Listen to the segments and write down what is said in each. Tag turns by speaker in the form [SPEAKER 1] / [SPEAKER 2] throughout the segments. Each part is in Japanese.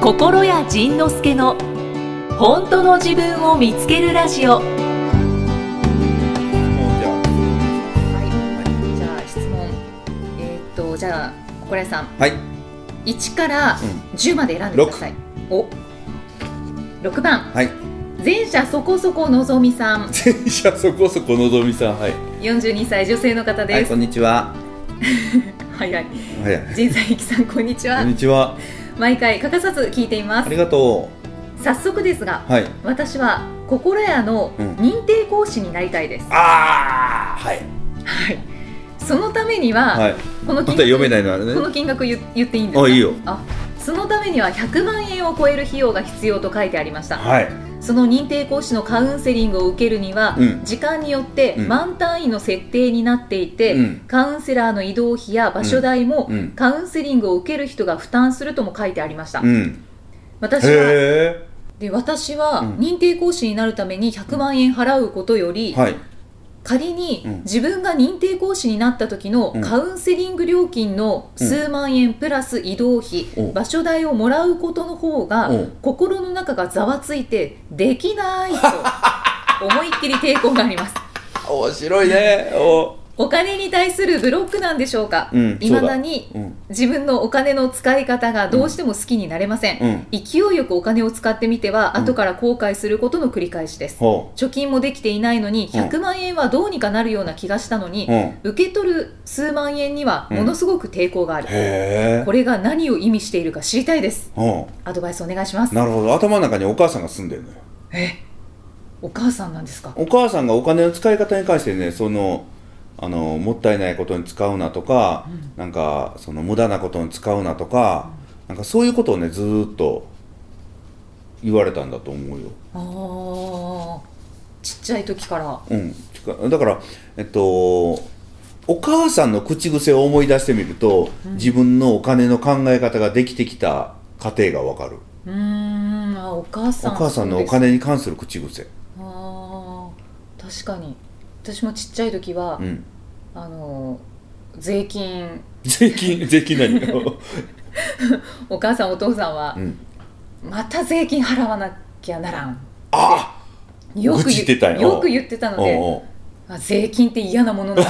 [SPEAKER 1] 心谷仁之助の本当の自分を見つけるラジ
[SPEAKER 2] も
[SPEAKER 1] オ
[SPEAKER 2] うじゃ
[SPEAKER 3] じゃあ質問えーっとじゃあ心谷さん
[SPEAKER 2] あはい
[SPEAKER 3] 1から
[SPEAKER 2] ん
[SPEAKER 3] 10まで選んでください、お6番
[SPEAKER 2] はい
[SPEAKER 3] 前者そこそこのぞみさん
[SPEAKER 2] 前者そこそこのぞみさんはい
[SPEAKER 3] 42歳女性の方
[SPEAKER 2] はい
[SPEAKER 3] です、
[SPEAKER 2] こんにちは
[SPEAKER 3] 早い
[SPEAKER 2] はい
[SPEAKER 3] 仁さんゆきさんこんにち
[SPEAKER 2] こ
[SPEAKER 3] は
[SPEAKER 2] んにちは
[SPEAKER 3] 毎回欠かさず聞いていま
[SPEAKER 2] あ
[SPEAKER 3] す
[SPEAKER 2] りがと
[SPEAKER 3] 早速ですが
[SPEAKER 2] うはい
[SPEAKER 3] 私は心屋の
[SPEAKER 2] うん
[SPEAKER 3] 認定講師になりたいです、
[SPEAKER 2] ああはい
[SPEAKER 3] はいそのためには、
[SPEAKER 2] はい
[SPEAKER 3] この
[SPEAKER 2] 答え
[SPEAKER 3] 金額
[SPEAKER 2] 読めないのあれね
[SPEAKER 3] この金額言言っていいんですか
[SPEAKER 2] あいいよ
[SPEAKER 3] あそのためには100万円を超える費用が必要と書いてありました、
[SPEAKER 2] はい
[SPEAKER 3] その認定講師のカウンセリングを受けるには、
[SPEAKER 2] うん
[SPEAKER 3] 時間によって
[SPEAKER 2] うん
[SPEAKER 3] 満単位の設定になっていて、
[SPEAKER 2] うん
[SPEAKER 3] カウンセラーの移動費や場所代も、
[SPEAKER 2] うんうん
[SPEAKER 3] カウンセリングを受ける人が負担するとも書いてありました、
[SPEAKER 2] うん
[SPEAKER 3] 私は
[SPEAKER 2] へ
[SPEAKER 3] で私は
[SPEAKER 2] うん
[SPEAKER 3] 認定講師になるために100万円払うことより、
[SPEAKER 2] えはい
[SPEAKER 3] 仮に
[SPEAKER 2] うん
[SPEAKER 3] 自分が認定講師になった時の
[SPEAKER 2] うん
[SPEAKER 3] カウンセリング料金の数万円プラス移動費、
[SPEAKER 2] お
[SPEAKER 3] 場所代をもらうことの方が
[SPEAKER 2] お
[SPEAKER 3] 心の中がざわついてできない と思いっきり抵抗があります
[SPEAKER 2] 面白いねお
[SPEAKER 3] お金に対するブロックなんでしょうか
[SPEAKER 2] うん
[SPEAKER 3] いま、未だに
[SPEAKER 2] うん
[SPEAKER 3] 自分のお金の使い方がどうしても好きになれません、
[SPEAKER 2] うん
[SPEAKER 3] 勢いよくお金を使ってみては後から後悔することの繰り返しです、
[SPEAKER 2] ほ
[SPEAKER 3] 貯金もできていないのに
[SPEAKER 2] うん
[SPEAKER 3] 100万円はどうにかなるような気がしたのに、
[SPEAKER 2] ううんへ
[SPEAKER 3] 受け取る数万円にはものすごく抵抗がある、
[SPEAKER 2] え
[SPEAKER 3] これが何を意味しているか知りたいです
[SPEAKER 2] う
[SPEAKER 3] アドバイスお願いします
[SPEAKER 2] んなるほど頭の中にお母さんが住んでるのよ
[SPEAKER 3] えお母さんなんですか
[SPEAKER 2] お母さんがお金の使い方に関してねそのあのもったいないことに使うなとか、なんかその無駄なことに使うなとか、なんかそういうことをねずーっと言われたんだと思うよ、
[SPEAKER 3] あーちっちゃい時から
[SPEAKER 2] うん、ちかだからえっとお母さんの口癖を思い出してみると、自分のお金の考え方ができてきた過程がわかる
[SPEAKER 3] うーんあお母
[SPEAKER 2] お
[SPEAKER 3] さん
[SPEAKER 2] 母さんのお
[SPEAKER 3] そうです
[SPEAKER 2] 金に関する口癖
[SPEAKER 3] あー確かに私もちっちゃい時は、
[SPEAKER 2] うん
[SPEAKER 3] あの税金
[SPEAKER 2] 税金税金 何う
[SPEAKER 3] お母さんお父さんは、
[SPEAKER 2] ん
[SPEAKER 3] また税金払わなきゃならん
[SPEAKER 2] あ
[SPEAKER 3] よく
[SPEAKER 2] 愚痴ってたんや
[SPEAKER 3] よく言ってた
[SPEAKER 2] あ
[SPEAKER 3] のであ税金って嫌なもの だ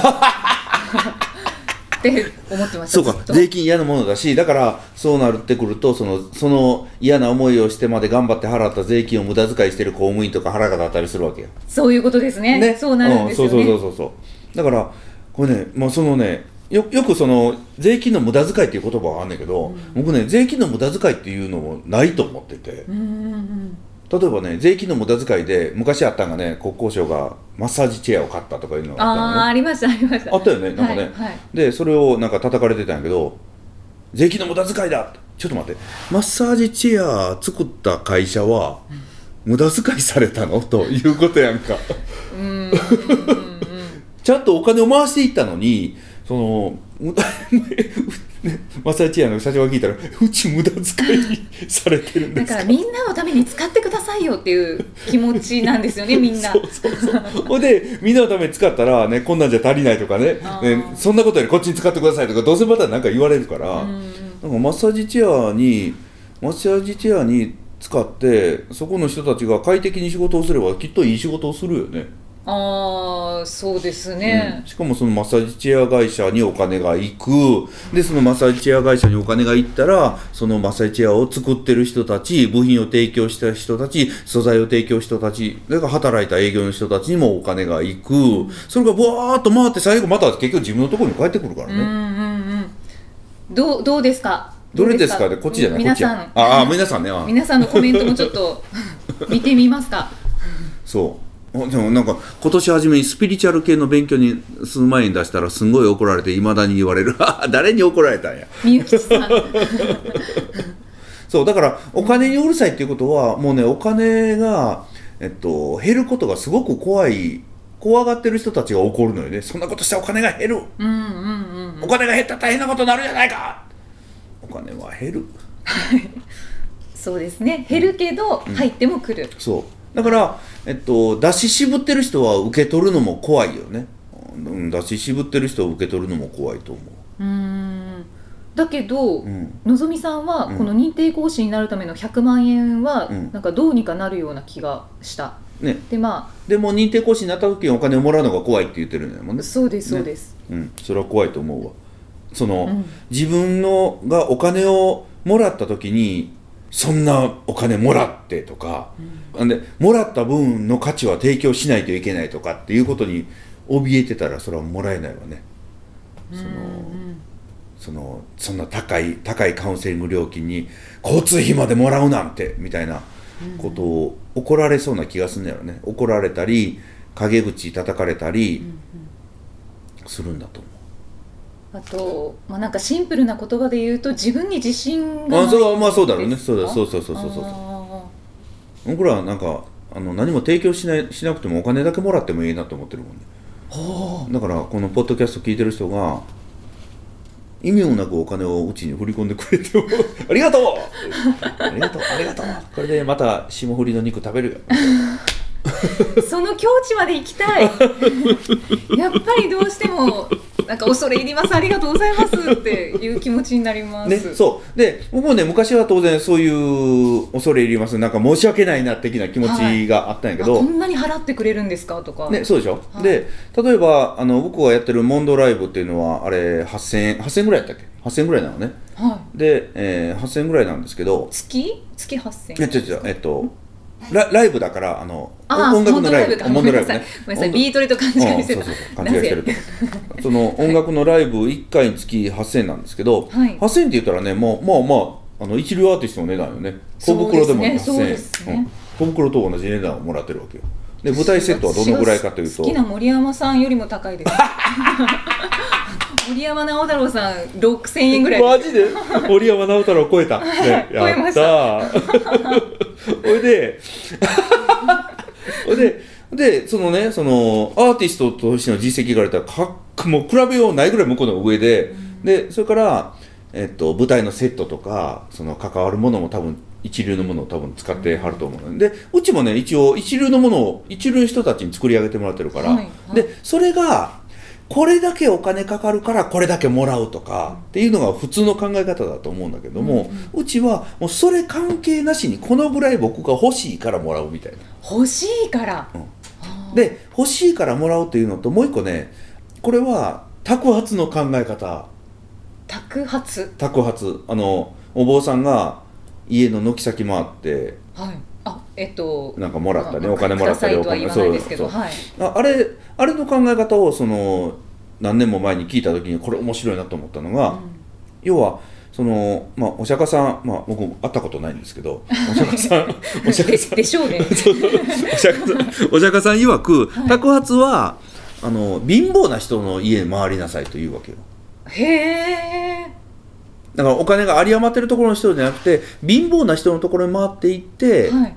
[SPEAKER 3] って思ってました
[SPEAKER 2] そうか
[SPEAKER 3] ずっと
[SPEAKER 2] 税金嫌なものだしだからそうなってくるとそのその嫌な思いをしてまで頑張って払った税金を無駄遣いしてる公務員とか腹が立ったりするわけよ、
[SPEAKER 3] そういうことですねそうなるんですよね、
[SPEAKER 2] うんそうそうそうそうそうだからこれね、まあ、そのねよよくその税金の無駄遣いっていう言葉があんねんけど、僕ね税金の無駄遣いっていうのもないと思ってて
[SPEAKER 3] うーん
[SPEAKER 2] 例えばね税金の無駄遣いで昔あったんがね国交省がマッサージチェアを買ったとかいうのがあったのね
[SPEAKER 3] ああありましたありました
[SPEAKER 2] あったよねなんかね
[SPEAKER 3] はいはい
[SPEAKER 2] でそれをなんか叩かれてたんやけど税金の無駄遣いだってちょっと待ってマッサージチェア作った会社は無駄遣いされたのということやんか
[SPEAKER 3] うーんうーんうーん
[SPEAKER 2] ちゃんとお金を回していったのにその無駄 ねマッサージチェアの社長が聞いたらうち無駄遣いされてるん
[SPEAKER 3] だ
[SPEAKER 2] です
[SPEAKER 3] か
[SPEAKER 2] から
[SPEAKER 3] みんなのために使ってくださいよっていう気持ちなんですよねみんな
[SPEAKER 2] そうそうそうほんでみんなのために使ったらねこんなんじゃ足りないとかね
[SPEAKER 3] あー
[SPEAKER 2] ねそんなことよりこっちに使ってくださいとかどうせまた何か言われるから、
[SPEAKER 3] うーん
[SPEAKER 2] なんかマッサージチェアにマッサージチェアに使ってそこの人たちが快適に仕事をすればきっといい仕事をするよね、
[SPEAKER 3] ああそうですね
[SPEAKER 2] うん、しかもそのマッサージチェア会社にお金が行くでそのマッサージチェア会社にお金が行ったらそのマッサージチェアを作ってる人たち部品を提供した人たち素材を提供した人たちだから働いた営業の人たちにもお金が行くそれがブワーッと回って最後また結局自分のところに帰ってくるからね、
[SPEAKER 3] うんうんうんどうどうですか
[SPEAKER 2] どれですかねこっちじゃないこ
[SPEAKER 3] 皆
[SPEAKER 2] っち
[SPEAKER 3] さ
[SPEAKER 2] や
[SPEAKER 3] ん
[SPEAKER 2] ああ皆さんねあ
[SPEAKER 3] 皆さんのコメントもちょっと 見てみますか
[SPEAKER 2] そうあでもなんか今年初めにスピリチュアル系の勉強に数万円出したらすごい怒られていまだに言われる あー誰に怒られたんや
[SPEAKER 3] みゆきさん
[SPEAKER 2] そうだからお金にうるさいっていうことはもうねお金が、えっと、減ることがすごく怖い怖がってる人たちが怒るのよねそんなことしたらお金が減る
[SPEAKER 3] うんうんうん
[SPEAKER 2] お金が減ったら大変なことになるじゃないかお金は減る
[SPEAKER 3] そうですね減るけど入っても来る、
[SPEAKER 2] そうだから、えっと、出し渋ってる人は受け取るのも怖いよね、うん、出し渋ってる人は受け取るのも怖いと思う
[SPEAKER 3] うーんだけど、
[SPEAKER 2] うん
[SPEAKER 3] のぞみさんは
[SPEAKER 2] うん
[SPEAKER 3] この認定講師になるための100万円は
[SPEAKER 2] うん
[SPEAKER 3] なんかどうにかなるような気がした、
[SPEAKER 2] ね、
[SPEAKER 3] でま
[SPEAKER 2] でも認定講師になった時にお金をもらうのが怖いって言ってるんだも
[SPEAKER 3] あ
[SPEAKER 2] んね
[SPEAKER 3] そうですそうです、
[SPEAKER 2] うんそれは怖いと思うわその、
[SPEAKER 3] うん
[SPEAKER 2] 自分のがお金をもらった時にそんなお金もらってとか、ん、でもらった分の価値は提供しないといけないとかっていうことに怯えてたらそれはもらえないわねそのそのそんな高い高いカウンセリング料金に交通費までもらうなんてみたいなことを怒られそうな気がするんだよね怒られたり陰口叩かれたりするんだと思う。
[SPEAKER 3] あと、まあ、なんかシンプルな言葉で言うと自分に自信が
[SPEAKER 2] あそうまあそうだろ
[SPEAKER 3] ろ
[SPEAKER 2] うねそうだそうそうそうそうそう僕らはなんかあの何も提供しないしなくてもお金だけもらってもいいなと思ってるもんねだからこのポッドキャスト聞いてる人が意味もなくお金をうちに振り込んでくれても ありがとうありがとうありがとうこれでまた霜降りの肉食べるよ
[SPEAKER 3] その境地まで行き たいやっぱりどうしてもなんか恐れ入りますありがとうございますっていう気持ちになります、
[SPEAKER 2] ね、そうで僕もね昔は当然そういう恐れ入りますなんか申し訳ないな的な気持ちがあったんやけ
[SPEAKER 3] あ
[SPEAKER 2] ど、
[SPEAKER 3] こんなに払ってくれるんですかとか、
[SPEAKER 2] ね、そうでしょ、
[SPEAKER 3] はい
[SPEAKER 2] で例えばあの僕がやってるモンドライブっていうのはあれ8000円8000円ぐらいやったっけ8000円ぐらいなのね
[SPEAKER 3] はい、
[SPEAKER 2] で、えー8000円ぐらいなんですけど
[SPEAKER 3] 月月8000円
[SPEAKER 2] えちょちょえっとラライブだからあの
[SPEAKER 3] あ
[SPEAKER 2] 音楽のライブ
[SPEAKER 3] モンドライブか
[SPEAKER 2] あね
[SPEAKER 3] ごめんなさいごめんなさいビートルと勘違いしてた
[SPEAKER 2] あそうそうそう勘違いしてると思ったその音楽のライブ1回につき8000円なんですけど、
[SPEAKER 3] はい
[SPEAKER 2] 8000円って言ったらねもうまあまああの一流アーティストの値段よね小袋でも8000円
[SPEAKER 3] そうですねそうですね
[SPEAKER 2] うん小袋と同じ値段をもらってるわけよで舞台セットはどのぐらいかという
[SPEAKER 3] 好
[SPEAKER 2] と
[SPEAKER 3] きな森山さんよりも高いです森山直太朗さん6000円ぐらい
[SPEAKER 2] マ ジで森山直太朗超えた、ね、
[SPEAKER 3] 超えました
[SPEAKER 2] やったー ほいでほいででそのねそのアーティストとしての実績があるたらかっこもう比べようないぐらい向こうの上で、でそれから、えっと、舞台のセットとかその関わるものも多分一流のものを多分使ってはると思うのででうちもね一応一流のものを一流の人たちに作り上げてもらってるから、
[SPEAKER 3] はいはい
[SPEAKER 2] でそれがこれだけお金かかるからこれだけもらうとかっていうのが普通の考え方だと思うんだけども、うちはもうそれ関係なしにこのぐらい僕が欲しいからもらうみたいな。
[SPEAKER 3] 欲しいから、
[SPEAKER 2] うん
[SPEAKER 3] あー
[SPEAKER 2] で欲しいからもらうというのともう一個ねこれは托発の考え方
[SPEAKER 3] 宅発
[SPEAKER 2] 托発あのお坊さんが家の軒先回って
[SPEAKER 3] はいあえっと
[SPEAKER 2] なんかもらったね
[SPEAKER 3] まあ
[SPEAKER 2] お金もらったり
[SPEAKER 3] く
[SPEAKER 2] お
[SPEAKER 3] ださいとは言
[SPEAKER 2] 金
[SPEAKER 3] わないですけ
[SPEAKER 2] そ
[SPEAKER 3] ど
[SPEAKER 2] う
[SPEAKER 3] はい
[SPEAKER 2] ああれあれの考え方をその何年も前に聞いた時にこれ面白いなと思ったのが、要はその、まあ、お釈迦さん、まあ、僕会ったことないんですけ どお釈迦さんお釈迦
[SPEAKER 3] で
[SPEAKER 2] さん
[SPEAKER 3] でしょうね
[SPEAKER 2] そうお釈迦さんお釈迦さん曰く
[SPEAKER 3] はい
[SPEAKER 2] 托発はあの貧乏な人の家に回りなさいというわけよ
[SPEAKER 3] へえ
[SPEAKER 2] だからお金が有り余ってるところの人じゃなくて貧乏な人のところに回っていって、
[SPEAKER 3] はい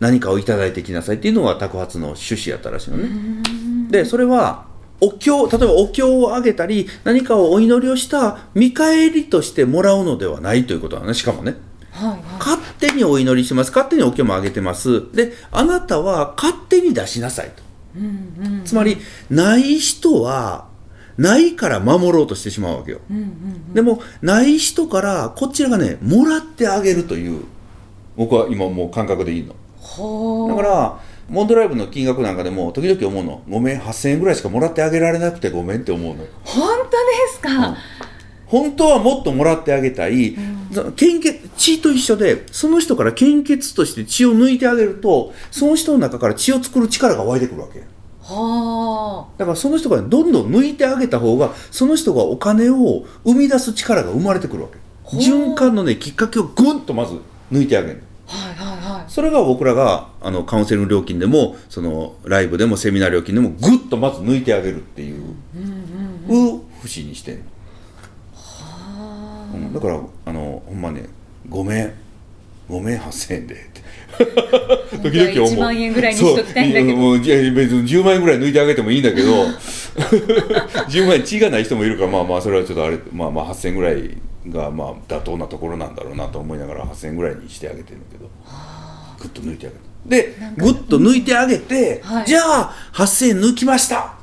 [SPEAKER 2] 何かをいただいてきなさいっていうのが托発の趣旨やったらしいのね、
[SPEAKER 3] うーん
[SPEAKER 2] でそれはお経例えばお経をあげたり何かをお祈りをした見返りとしてもらうのではないということなのねしかもね
[SPEAKER 3] はいは
[SPEAKER 2] 勝手にお祈りします勝手にお経もあげてますであなたは勝手に出しなさいと
[SPEAKER 3] いうんうん
[SPEAKER 2] つまりない人はないから守ろうとしてしまうわけよ
[SPEAKER 3] うんうん
[SPEAKER 2] でもない人からこちらがねもらってあげるという僕は今もう感覚でいいの
[SPEAKER 3] ほ
[SPEAKER 2] だ
[SPEAKER 3] ー
[SPEAKER 2] からモンドライブの金額なんかでも時々思うのごめん8000円ぐらいしかもらってあげられなくてごめんって思うの
[SPEAKER 3] 本当ですか、
[SPEAKER 2] うん本当はもっともらってあげたい、献血血と一緒でその人から献血として血を抜いてあげるとその人の中から血を作る力が湧いてくるわけ
[SPEAKER 3] は
[SPEAKER 2] だからその人がどんどん抜いてあげた方がその人がお金を生み出す力が生まれてくるわけ
[SPEAKER 3] ほう
[SPEAKER 2] 循環のねきっかけをぐんとまず抜いてあげる
[SPEAKER 3] あはいはいはい
[SPEAKER 2] それが僕らがあのカウンセリング料金でもそのライブでもセミナー料金でもぐっとまず抜いてあげるっていう、を節にしてんの
[SPEAKER 3] あ
[SPEAKER 2] うんだからあのほんまねごめんごめん8000円でって 時々思う
[SPEAKER 3] じゃあ1万円ぐらいにしときたいんだけど
[SPEAKER 2] そうもういや別に10万円ぐらい抜いてあげてもいいんだ けど10万円血がない人もいるからまあまあそれはちょっとあれまあまあ8000円ぐらいがまあ妥当なところなんだろうなと思いながら8000円ぐらいにしてあげてるんだけどぐっと抜いてあげるで
[SPEAKER 3] なんか
[SPEAKER 2] ぐっと抜いてあげて、
[SPEAKER 3] はい
[SPEAKER 2] じゃあ8000円抜きました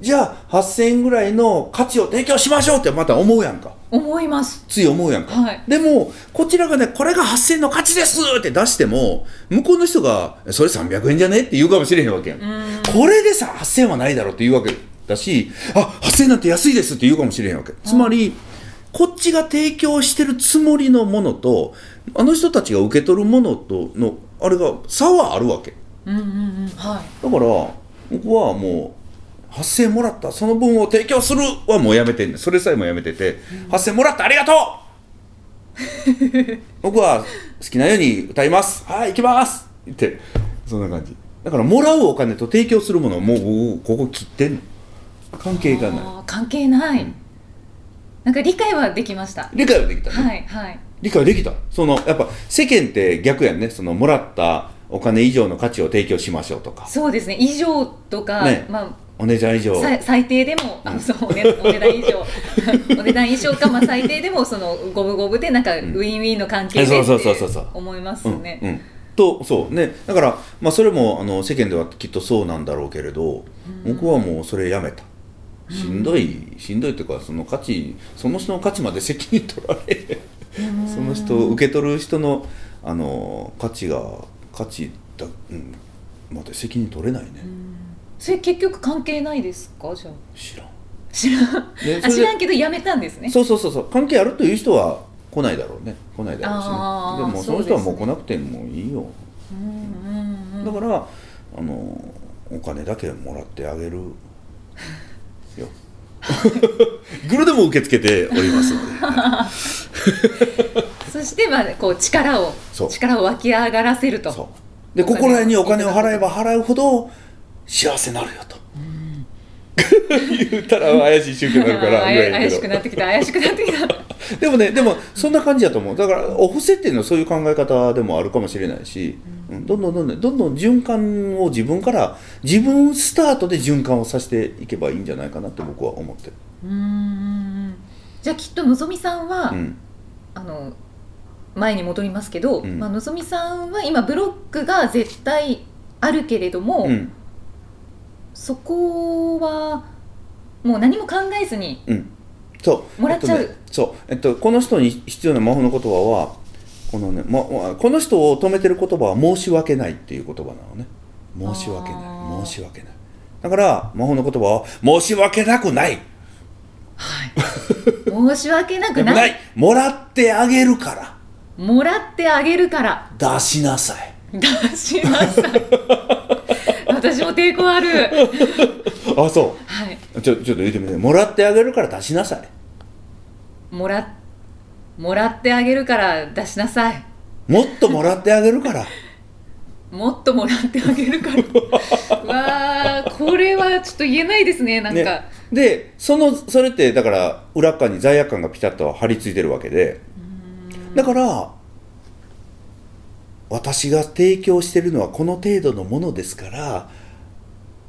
[SPEAKER 2] じゃあ8000円ぐらいの価値を提供しましょうってまた思うやんか
[SPEAKER 3] 思います
[SPEAKER 2] つい思うやんか、
[SPEAKER 3] はい
[SPEAKER 2] でもこちらがねこれが8000円の価値ですって出しても向こうの人がそれ300円じゃねって言うかもしれへんわけやん
[SPEAKER 3] うん
[SPEAKER 2] これでさ8000円はないだろうって言うわけだしあ8000円なんて安いですって言うかもしれへんわけつまりこっちが提供してるつもりのものとあの人たちが受け取るものとのあれが差はあるわけ
[SPEAKER 3] うんうんうんはい
[SPEAKER 2] だから僕はもう8000円もらったその分を提供するはもうやめてんねんそれさえもやめてて、8000円もらったありがとう僕は好きなように歌いますはい行きますってそんな感じだからもらうお金と提供するものはもうここ切ってんの関係がな
[SPEAKER 3] あー関係ない、
[SPEAKER 2] うん
[SPEAKER 3] なんか理解はできました
[SPEAKER 2] い理解はできたね、
[SPEAKER 3] はいはい
[SPEAKER 2] 理解できたそのやっぱ世間って逆やんねそのもらったお金以上の価値を提供しましょうとか
[SPEAKER 3] そうですね以上とか、
[SPEAKER 2] ね
[SPEAKER 3] まあ
[SPEAKER 2] お値段以上
[SPEAKER 3] さ最低でも、あ そうお,、ね、お値段以上 お値段以上か、まあ、最低でもその五分五分でなんかウィンウィンの関係で
[SPEAKER 2] え
[SPEAKER 3] っ
[SPEAKER 2] そうそうそうそう
[SPEAKER 3] て思いますね、
[SPEAKER 2] うんうん、とそうねだから、まあ、それもあの世間ではきっとそうなんだろうけれど、僕はもうそれやめたしんどいしんどいというかその価値その人の価値まで責任取られその人を受け取る人のあの価値が価値だ、うん、まで責任取れないね、
[SPEAKER 3] それ結局関係ないですかじゃあ
[SPEAKER 2] 知らん
[SPEAKER 3] 知らん
[SPEAKER 2] ね
[SPEAKER 3] あ
[SPEAKER 2] そ
[SPEAKER 3] 知
[SPEAKER 2] れ
[SPEAKER 3] らんけどやめたんですね
[SPEAKER 2] そうそうそうそう関係あるという人は来ないだろうね来ないだろうしね
[SPEAKER 3] あー
[SPEAKER 2] でもその人はもう
[SPEAKER 3] そ
[SPEAKER 2] 来
[SPEAKER 3] うですね
[SPEAKER 2] なくてもいいよ
[SPEAKER 3] うんうんうん
[SPEAKER 2] だからあのお金だけもらってあげる よグルでも受け付けておりますので、は
[SPEAKER 3] そしてまあこう力を
[SPEAKER 2] そう
[SPEAKER 3] 力を湧き上がらせる
[SPEAKER 2] い
[SPEAKER 3] と
[SPEAKER 2] そうでここら辺にお金を払えば払うほど幸せになるよと言ったら怪しい宗教にな るから
[SPEAKER 3] あー
[SPEAKER 2] 言えへん
[SPEAKER 3] 怪
[SPEAKER 2] け
[SPEAKER 3] し
[SPEAKER 2] ど
[SPEAKER 3] くなってきた怪しくなってきた
[SPEAKER 2] でもねでもそんな感じだと思うだからお布施っていうのはそういう考え方でもあるかもしれないし、うん、どんどんどんどんどんどん循環を自分から自分スタートで循環をさせていけばいいんじゃないかなって僕は思ってる、
[SPEAKER 3] うんうんうんじゃあきっとのぞみさんは、
[SPEAKER 2] うん、
[SPEAKER 3] あの前に戻りますけど、
[SPEAKER 2] うん
[SPEAKER 3] まあのぞみさんは今ブロックが絶対あるけれども、
[SPEAKER 2] うん
[SPEAKER 3] そこはもう何も考えずに
[SPEAKER 2] うんそう
[SPEAKER 3] もらっちゃう
[SPEAKER 2] えとねそう、えっと、この人に必要な魔法の言葉はこのね、ま、まこの人を止めてる言葉は申し訳ないっていう言葉なのね申し訳
[SPEAKER 3] あ
[SPEAKER 2] な
[SPEAKER 3] ー
[SPEAKER 2] い申し訳ないだから魔法の言葉は申し訳なくない
[SPEAKER 3] 申し訳なく
[SPEAKER 2] でも
[SPEAKER 3] ない
[SPEAKER 2] ないもらってあげるから
[SPEAKER 3] もらってあげるから
[SPEAKER 2] 出しなさい
[SPEAKER 3] 出しなさい 私も抵抗ある
[SPEAKER 2] あそ
[SPEAKER 3] はい、
[SPEAKER 2] うちょちょっと言ってみてもらってあげるから出しなさい
[SPEAKER 3] もらもらってあげるから出しなさい
[SPEAKER 2] もっともらってあげるから
[SPEAKER 3] もっともらってあげるから わあこれはちょっと言えないですねなんか、
[SPEAKER 2] ねでそのそれってだから裏っ側に罪悪感がピタッと張り付いてるわけでだから私が提供してるのはこの程度のものですから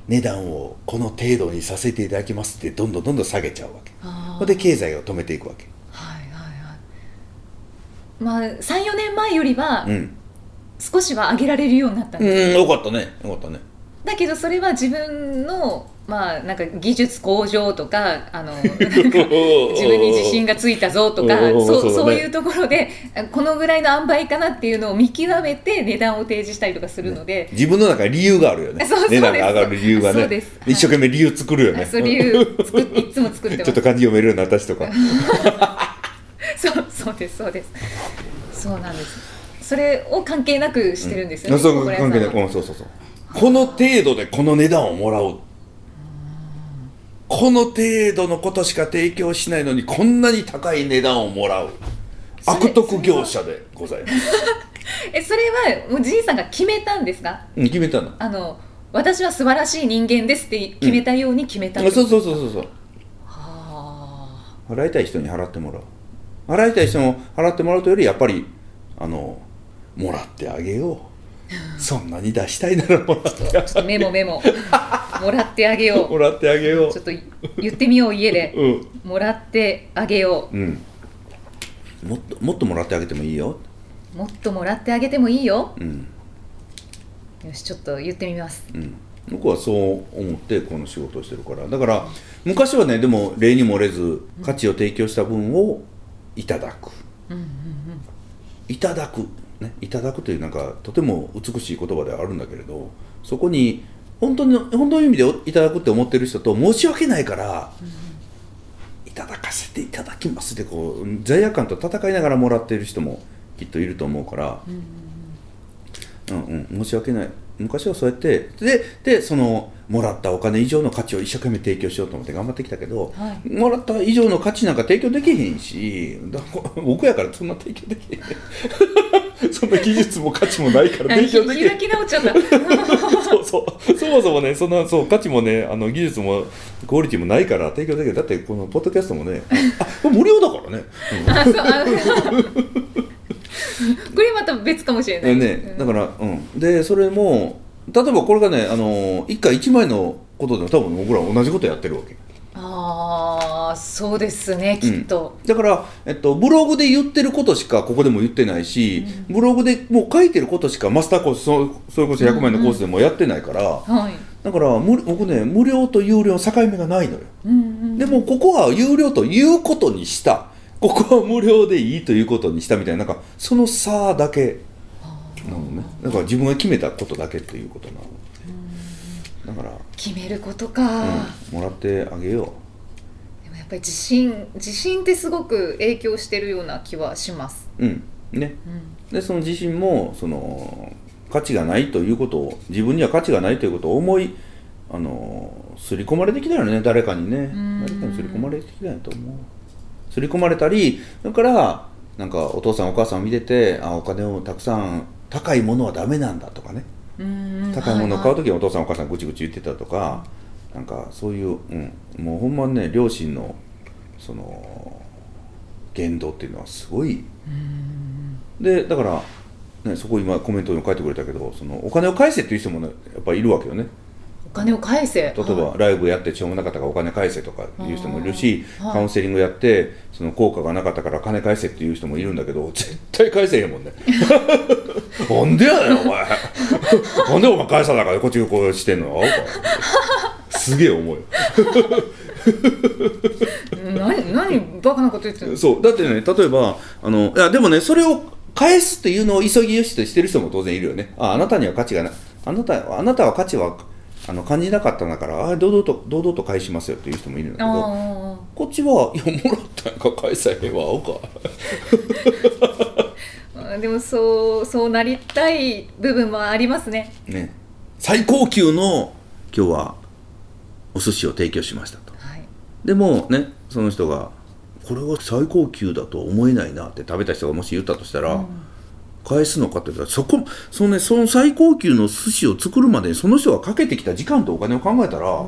[SPEAKER 2] 値段をこの程度にさせていただきますってどんどんどんどん下げちゃうわけ
[SPEAKER 3] あ
[SPEAKER 2] こ
[SPEAKER 3] ー
[SPEAKER 2] れで経済を止めていくわけ
[SPEAKER 3] はいはいはいまあ34年前よりは
[SPEAKER 2] うん、
[SPEAKER 3] 少しは上げられるようになったん
[SPEAKER 2] う
[SPEAKER 3] です、
[SPEAKER 2] ん、よかったねよかったね
[SPEAKER 3] だけどそれは自分のまあなんか技術向上とか あの
[SPEAKER 2] 自
[SPEAKER 3] 自分に自信がついたぞとか
[SPEAKER 2] おー
[SPEAKER 3] そう
[SPEAKER 2] そうだね
[SPEAKER 3] そういうところでこのぐらいの塩梅かなっていうのを見極めて値段を提示したりとかするので、
[SPEAKER 2] 自分の中に理由があるよね
[SPEAKER 3] そうそうです
[SPEAKER 2] 値段が上がる理由が
[SPEAKER 3] そう
[SPEAKER 2] ね
[SPEAKER 3] ですはい
[SPEAKER 2] 一生懸命理由作るよね
[SPEAKER 3] そういう作っていつも作ってま
[SPEAKER 2] ちょ
[SPEAKER 3] す
[SPEAKER 2] っと漢字読めるようになったしとか
[SPEAKER 3] そうそうですそうですそうなんですそれを関係なくしてるんですよね、
[SPEAKER 2] そう
[SPEAKER 3] 小倉
[SPEAKER 2] 関係ない
[SPEAKER 3] さんは
[SPEAKER 2] うんそうそうそうこの程度でこの値段をもらおうこの程度のことしか提供しないのにこんなに高い値段をもらう
[SPEAKER 3] それ
[SPEAKER 2] 悪徳業者でございます
[SPEAKER 3] えそれはもうじいさんが決めたんですか
[SPEAKER 2] うん決めたの
[SPEAKER 3] あの私は素晴らしい人間ですって決めたように決めたん
[SPEAKER 2] あ
[SPEAKER 3] ですか、
[SPEAKER 2] そうそうそうそうそう
[SPEAKER 3] あ
[SPEAKER 2] 払いたい人に払ってもらう払いたい人も払ってもらうというよりやっぱりあのもらってあげようそんなに出したいならもらってあ
[SPEAKER 3] ーちょっとメモメ モもらってあげよ
[SPEAKER 2] もらってあげよ
[SPEAKER 3] うちょっと言ってみよう家で
[SPEAKER 2] ううん
[SPEAKER 3] もらってあげよ
[SPEAKER 2] うんもっともっともらってあげてもいいよ
[SPEAKER 3] うもっともらってあげてもいいよ
[SPEAKER 2] うん
[SPEAKER 3] よしちょっと言ってみます
[SPEAKER 2] うん僕はそう思ってこの仕事をしてるからだから昔はねでも例に漏れず価値を提供した分をいただく、いただく、ね、いただくというなんかとても美しい言葉ではあるんだけれどそこに本当に本当の意味でいただくって思ってる人と申し訳ないから、いただかせていただきますってこう罪悪感と戦いながらもらっている人もきっといると思うから、うんうん、申し訳ない昔はそうやってででそのもらったお金以上の価値を一生懸命提供しようと思って頑張ってきたけど、
[SPEAKER 3] は
[SPEAKER 2] もらった以上の価値なんか提供できへんしだ僕やからそんな提供できへん そんな技術も価値もないから提供できへん
[SPEAKER 3] 開き直っちゃ った。
[SPEAKER 2] そうそう。そもそもね、そんな、そう、価値もね、あの、技術も、クオリティもないから、提供できる。だって、このポッドキャストもね、あ、これ無料だからね。
[SPEAKER 3] あそうあこれまた別かもしれな
[SPEAKER 2] う
[SPEAKER 3] い。
[SPEAKER 2] ん、 ね、だ
[SPEAKER 3] ら
[SPEAKER 2] から、うん。で、それも、例えばこれがね、あの、一回一枚のことでも多分僕ら同じことやってるわけ。
[SPEAKER 3] ああそうですねきっと。
[SPEAKER 2] だから、えっと、ブログで言ってることしかここでも言ってないし、ブログでもう書いてることしかマスターコース、そそれこそ100枚のコースでもやってないから、
[SPEAKER 3] はい。
[SPEAKER 2] だから、無僕ね、無料と有料の境目がないのよ。
[SPEAKER 3] うんうん
[SPEAKER 2] でもここは有料ということにしたここは無料でいいということにしたみたいななんかその差だけなのねだから自分が決めたことだけということなのだから、
[SPEAKER 3] 決めることか。
[SPEAKER 2] うん、もらってあげよ
[SPEAKER 3] でもやっぱり自信自信ってすごく影響してるような気はします。
[SPEAKER 2] ううんね
[SPEAKER 3] うん
[SPEAKER 2] でその自身もその価値がないということを自分には価値がないということを思いあの刷り込まれてきたよね誰かにね
[SPEAKER 3] ん
[SPEAKER 2] 誰かに刷り込まれてきたんやと思う刷り込まれたりだからなんかお父さんお母さんを見ててあお金をたくさん高いものはダメなんだとかね
[SPEAKER 3] うんうん
[SPEAKER 2] 高いものを買う
[SPEAKER 3] は
[SPEAKER 2] 時はお父さんお母さんぐちぐち言ってたとかなんかそういう、うん、もうほんまね両親のその言動っていうのはすごいでだから、ね、そこ今コメントにも書いてくれたけどそのお金を返せっていう人も、ね、やっぱいるわけよね
[SPEAKER 3] いお金を返せ。
[SPEAKER 2] 例えばライブやってしょうもなかったからお金返せとかいう人もいるし、
[SPEAKER 3] はい
[SPEAKER 2] カウンセリングやってその効果がなかったから金返せっていう人もいるんだ けど絶対返せへんもんねなんでやねんお前なんでお前返さなあかんこっちがこうしてんのすげえ思うよ
[SPEAKER 3] 何何バカなこと言ってるの。
[SPEAKER 2] そうだってね例えばあのいやでもねそれを返すっていうのを急ぎよしとしてる人も当然いるよねああなたには価値がないあなたあなたは価値はあの感じなかったんだからあ堂々と堂々と返しますよっていう人もいるんだけど
[SPEAKER 3] あ
[SPEAKER 2] こっちはいやもらったんやから返さへんわ青か
[SPEAKER 3] あでもそうそうなりたい部分もありますね。
[SPEAKER 2] ね最高級の今日はお寿司を提供しましたと
[SPEAKER 3] はい。
[SPEAKER 2] でもねその人がこれは最高級だとは思えないなって食べた人がもし言ったとしたら、返すのかって言ったらそこその,、ね、その最高級の寿司を作るまでにその人がかけてきた時間とお金を考えたら、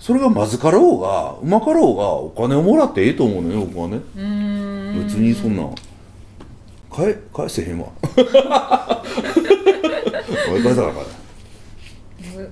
[SPEAKER 2] それがまずかろうがうまかろうがお金をもらってええと思うのよ僕はね
[SPEAKER 3] うーん。
[SPEAKER 2] 別にそんな返返 せへんわおい返さなあかん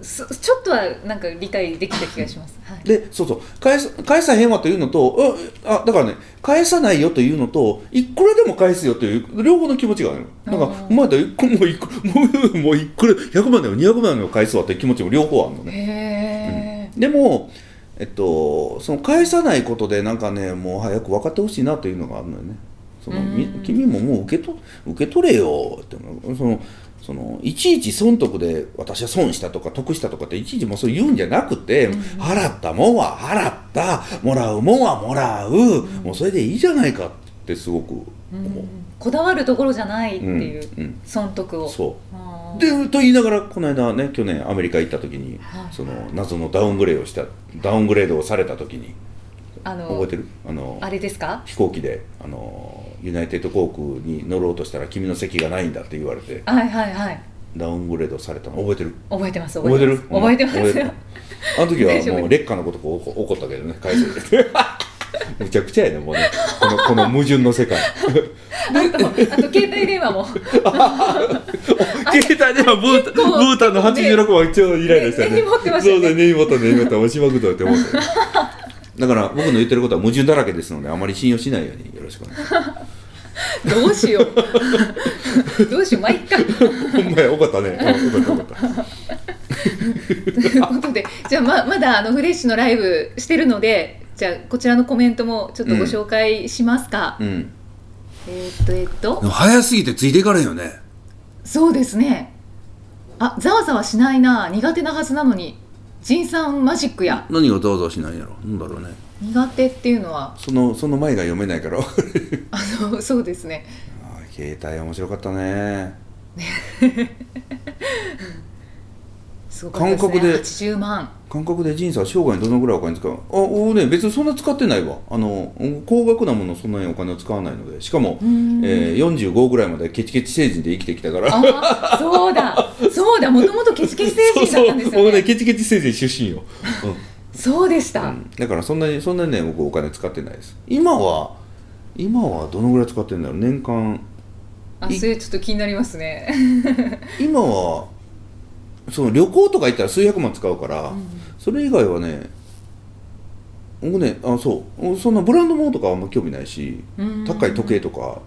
[SPEAKER 3] すちょっとはなんか理解できた気がします。はい。
[SPEAKER 2] でそうそう返す返さへんわというのとああだからね返さないよというのといくらでも返すよという両方の気持ちがあるのなんか
[SPEAKER 3] あー
[SPEAKER 2] お前だいくもういくもうもういくら100万でも200万でも返すわという気持ちも両方あるのね
[SPEAKER 3] へえ。
[SPEAKER 2] でもえっとその返さないことでなんかねもう早く分かってほしいなというのがあるのよねそのみ
[SPEAKER 3] うん
[SPEAKER 2] 君ももう受けと受け取れよってそのそのいちいち損得で私は損したとか得したとかっていちいちもうそう言うんじゃなくて、払ったもんは払ったもらうもんはもらう、もうそれでいいじゃないかってすごく思う。
[SPEAKER 3] こだわるところじゃないって
[SPEAKER 2] うん
[SPEAKER 3] いう
[SPEAKER 2] うん
[SPEAKER 3] 損得を。
[SPEAKER 2] そう
[SPEAKER 3] あー
[SPEAKER 2] でと言いながらこの間ね去年アメリカ行った時に
[SPEAKER 3] はい
[SPEAKER 2] その謎のダウングレードをしたダウングレードをされた時に
[SPEAKER 3] あの
[SPEAKER 2] 覚えてるあの
[SPEAKER 3] あれですか？
[SPEAKER 2] 飛行機であのユナイテッド航空に乗ろうとしたら君の席がないんだって言われて
[SPEAKER 3] はいはいはい。
[SPEAKER 2] ダウングレードされたの覚えてる
[SPEAKER 3] 覚えてます
[SPEAKER 2] 覚えてる
[SPEAKER 3] 覚えてます覚えてますよ。
[SPEAKER 2] あの時
[SPEAKER 3] 大丈
[SPEAKER 2] は
[SPEAKER 3] 夫
[SPEAKER 2] もう劣化のことこう怒ったけどね返すむちゃくちゃやねもうねこのこの矛盾の 世界
[SPEAKER 3] あとあと携帯電 話も。
[SPEAKER 2] 携帯ではブータ
[SPEAKER 3] 結構
[SPEAKER 2] ブータンの86番一応イライラしたよね
[SPEAKER 3] 根に持ってましたよね
[SPEAKER 2] そうそう根に持った根に持った押しまくったって思ったよだから僕の言ってることは矛盾だらけですのであまり信用しないようによろしくお願いします
[SPEAKER 3] どうしよう。 どうしよう。ま あいっか。
[SPEAKER 2] ほんまや、よかったね。うんよかったよかった。
[SPEAKER 3] ということでじゃあままだあのフレッシュのライブしてるのでじゃあこちらのコメントもちょっとご紹介しますか、
[SPEAKER 2] うん、
[SPEAKER 3] えーっとえーっと
[SPEAKER 2] 早すぎてついていかれんよね
[SPEAKER 3] そうですねあざわざわしないな苦手なはずなのに仁さんマジックや
[SPEAKER 2] 何がざわざわしないんやろなんだろうね
[SPEAKER 3] 苦手っていうのは
[SPEAKER 2] そのその前が読めないから あ
[SPEAKER 3] あのそうですね
[SPEAKER 2] ー携帯面白かったね
[SPEAKER 3] すごかったですね
[SPEAKER 2] 韓国で
[SPEAKER 3] 80万
[SPEAKER 2] 韓国で人生は生涯にどのぐらいお金使うあおね別にそんな使ってないわあの高額なものそんなにお金を使わないのでしかも、え
[SPEAKER 3] ん
[SPEAKER 2] ー、45ぐらいまでケチケチ成人で生きてきたから
[SPEAKER 3] あそうだそうだもともとケチケチ精
[SPEAKER 2] そ
[SPEAKER 3] 神だっ
[SPEAKER 2] う そ
[SPEAKER 3] たんですよ
[SPEAKER 2] う僕ね
[SPEAKER 3] ね
[SPEAKER 2] ケチケチ成人出身よ、うん
[SPEAKER 3] そうでした、
[SPEAKER 2] うんだからそんなにそんなにね僕お金使ってないです今は今はどのぐらい使ってるんだろう年間
[SPEAKER 3] あ
[SPEAKER 2] い
[SPEAKER 3] それちょっと気になりますね
[SPEAKER 2] 今はその旅行とか行ったら数百万使うから、それ以外はね僕ねあそうそんなブランド物とかはあんま興味ないし
[SPEAKER 3] うん
[SPEAKER 2] 高い時計とか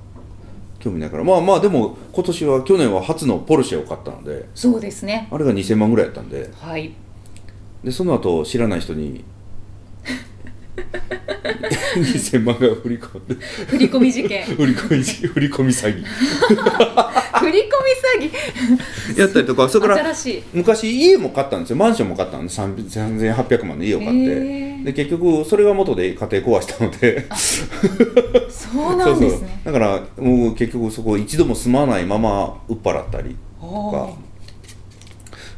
[SPEAKER 2] 興味ないからまあまあでも今年は去年は初のポルシェを買ったので
[SPEAKER 3] そうですね
[SPEAKER 2] あれが2000万ぐらいやったんで
[SPEAKER 3] はい
[SPEAKER 2] でその後知らない 人に2000万が振り込んで
[SPEAKER 3] 振り込み事 件振
[SPEAKER 2] 振り込み振り込み詐
[SPEAKER 3] り込み詐
[SPEAKER 2] 欺やったりとかそれか
[SPEAKER 3] 欺
[SPEAKER 2] ら
[SPEAKER 3] 新しい
[SPEAKER 2] 昔家も買ったんですよマンションも買ったんで3000 3800万の家を買って、
[SPEAKER 3] へー
[SPEAKER 2] で結局それが元で家庭壊したので
[SPEAKER 3] そうなん ですね
[SPEAKER 2] だからもう結局そこ一度も住まないまま売っ払ったりと
[SPEAKER 3] お
[SPEAKER 2] か
[SPEAKER 3] ー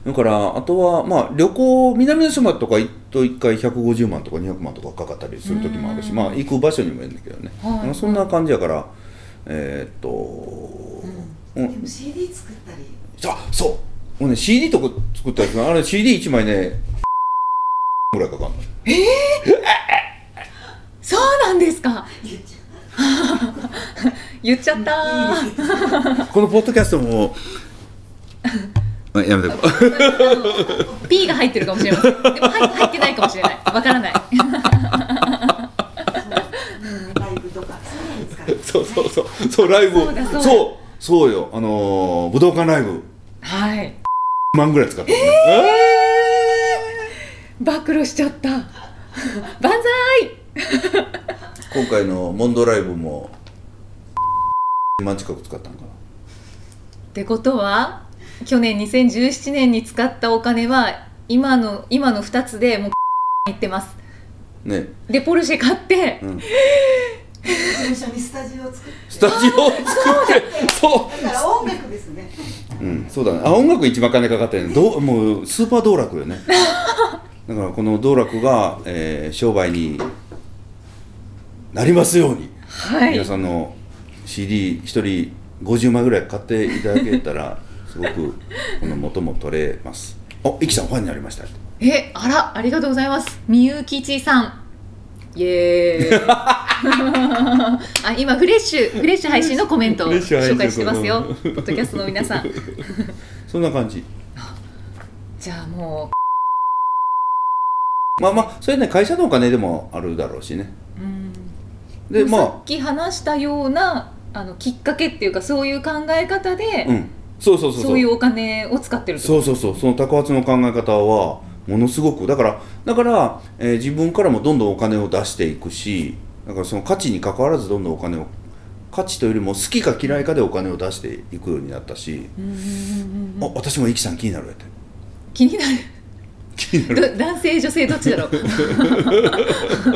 [SPEAKER 2] だからあとはまあ旅行南の島とか行くと1回150万とか200万とかかかったりする時もあるし
[SPEAKER 3] うん
[SPEAKER 2] まあ行く場所にもよるんだけどね、
[SPEAKER 3] はい
[SPEAKER 2] まあそんな感じやからえーっと、うん
[SPEAKER 4] でも CD 作ったり
[SPEAKER 2] あそうもうね CD とか作ったやつがあれ CD1 枚ねぐらいかかんの
[SPEAKER 3] そうなんですか
[SPEAKER 4] 言っちゃう
[SPEAKER 3] 言っちゃったー
[SPEAKER 2] このポッドキャストも あやめてこう
[SPEAKER 3] P が入ってるかもしれませんでも入入ってないかもしれないわからない
[SPEAKER 4] そう、うん、ライブとかそういうのに使
[SPEAKER 2] そ
[SPEAKER 4] う
[SPEAKER 2] うそうそうそうライブを
[SPEAKER 3] そうだそう
[SPEAKER 2] そう
[SPEAKER 3] だ
[SPEAKER 2] そうよあのー武道館ライブ
[SPEAKER 3] はい
[SPEAKER 2] 万ぐらい使った、ね
[SPEAKER 3] 暴露しちゃった万歳
[SPEAKER 2] えー今回のモンドライブも万近く使ったんかな
[SPEAKER 3] ってことは去年2017年に使ったお金は今の今の2つでもういってます
[SPEAKER 2] ね、
[SPEAKER 3] でポルシェ買って
[SPEAKER 2] うん、
[SPEAKER 4] 事務所にスタジオを作って
[SPEAKER 2] スタジオを作ってそ
[SPEAKER 4] だから音楽ですね
[SPEAKER 2] う、うん、そうだねあ音楽一番金かかってるねどうもうスーパー道楽 よねだからこの道楽が、えー商売になりますように
[SPEAKER 3] は
[SPEAKER 2] 皆
[SPEAKER 3] い
[SPEAKER 2] さんの CD1 人50枚ぐらい買っていただけた らすごくこの元も取れますあイキさんファンになりました
[SPEAKER 3] えあらありがとうございますみゆきちさんイエ ーイあ今フレッシュフレッシュ配信のコメントを
[SPEAKER 2] フレッシュ配信
[SPEAKER 3] 紹介してますよ
[SPEAKER 2] こ
[SPEAKER 3] ポ
[SPEAKER 2] の
[SPEAKER 3] ッドキャストの皆さん
[SPEAKER 2] そんな感じ
[SPEAKER 3] じゃあも
[SPEAKER 2] まあまあそれね会社のお金でもあるだろうしね
[SPEAKER 3] ううん
[SPEAKER 2] で
[SPEAKER 3] もうさ
[SPEAKER 2] ま
[SPEAKER 3] っき話したようなあのきっかけっていうかそういう考え方で、
[SPEAKER 2] あうんそうそうそう
[SPEAKER 3] そういうお金を使ってるって
[SPEAKER 2] そ
[SPEAKER 3] こ
[SPEAKER 2] うそうそうその高発の考え方はものすごくだからだから、えー自分からもどんどんお金を出していくしだからその価値に関わらずどんどんお金を価値というよりも好きか嫌いかでお金を出していくようになったし、
[SPEAKER 3] とうんうんうんうん
[SPEAKER 2] あ私もイキさん気になるやって
[SPEAKER 3] 気になる
[SPEAKER 2] 気になる
[SPEAKER 3] ど男性女性どっちだ ろう男性だったらどうしよう
[SPEAKER 2] 大和田で大和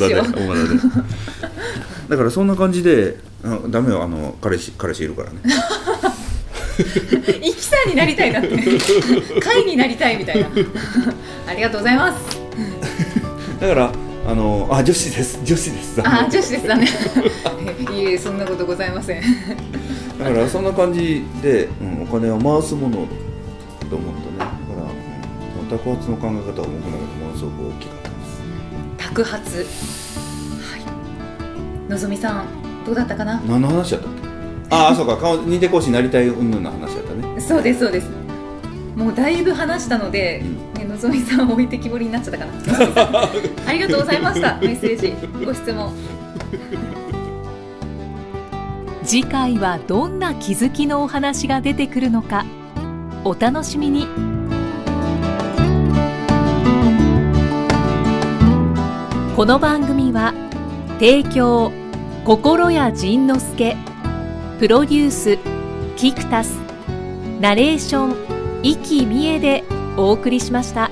[SPEAKER 2] 田で だからそんな感じであダメよあの彼氏彼氏いるか らね
[SPEAKER 3] イキさんになりたい なって会になりたいみたいな ありがとうございます
[SPEAKER 2] だからあのあ女子です女子です
[SPEAKER 3] あ女子です だねいえそんなことございません
[SPEAKER 2] だからそんな感じで、うん、お金は回すものと思ったねだから、うん、その宅発の考え方は僕の中でものすごく大きかったです
[SPEAKER 3] 宅発はいのぞみさんどうだったかな
[SPEAKER 2] 何の話だったっけああそうか顔認定講師になりたい云々の話だったね
[SPEAKER 3] そうですそうですもうだいぶ話したので、
[SPEAKER 2] う
[SPEAKER 3] ね、のぞみさん置いてきぼりになっちゃったかなありがとうございましたメッセージご質問
[SPEAKER 1] 次回はどんな気づきのお話が出てくるのかお楽しみにこの番組は提供心谷仁之助プロデュースキクタスナレーション生きみえでお送りしました。